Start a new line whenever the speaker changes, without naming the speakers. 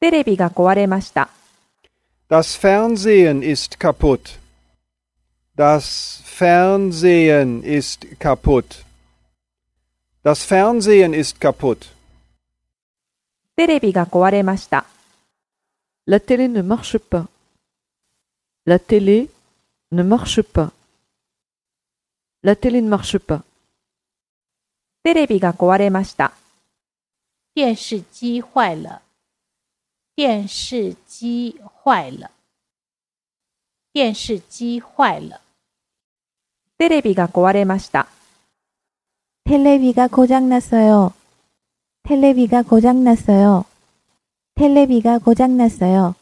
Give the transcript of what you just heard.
テレビが壊れました。
Das Fernsehen ist kaputt. Das Fernsehen ist kaputt. Das Fernsehen ist kaputt.
テレビが壊れました。
La télé ne marche pas. La télé ne marche pas. La télé ne marche pas.
テレビが壊れました。
电视机坏了，电视机坏了，电视机坏了，
テレビが壊れました。
텔레비가 고장났어요. 텔레비가 고장났어요. 텔레비가 고장났어요.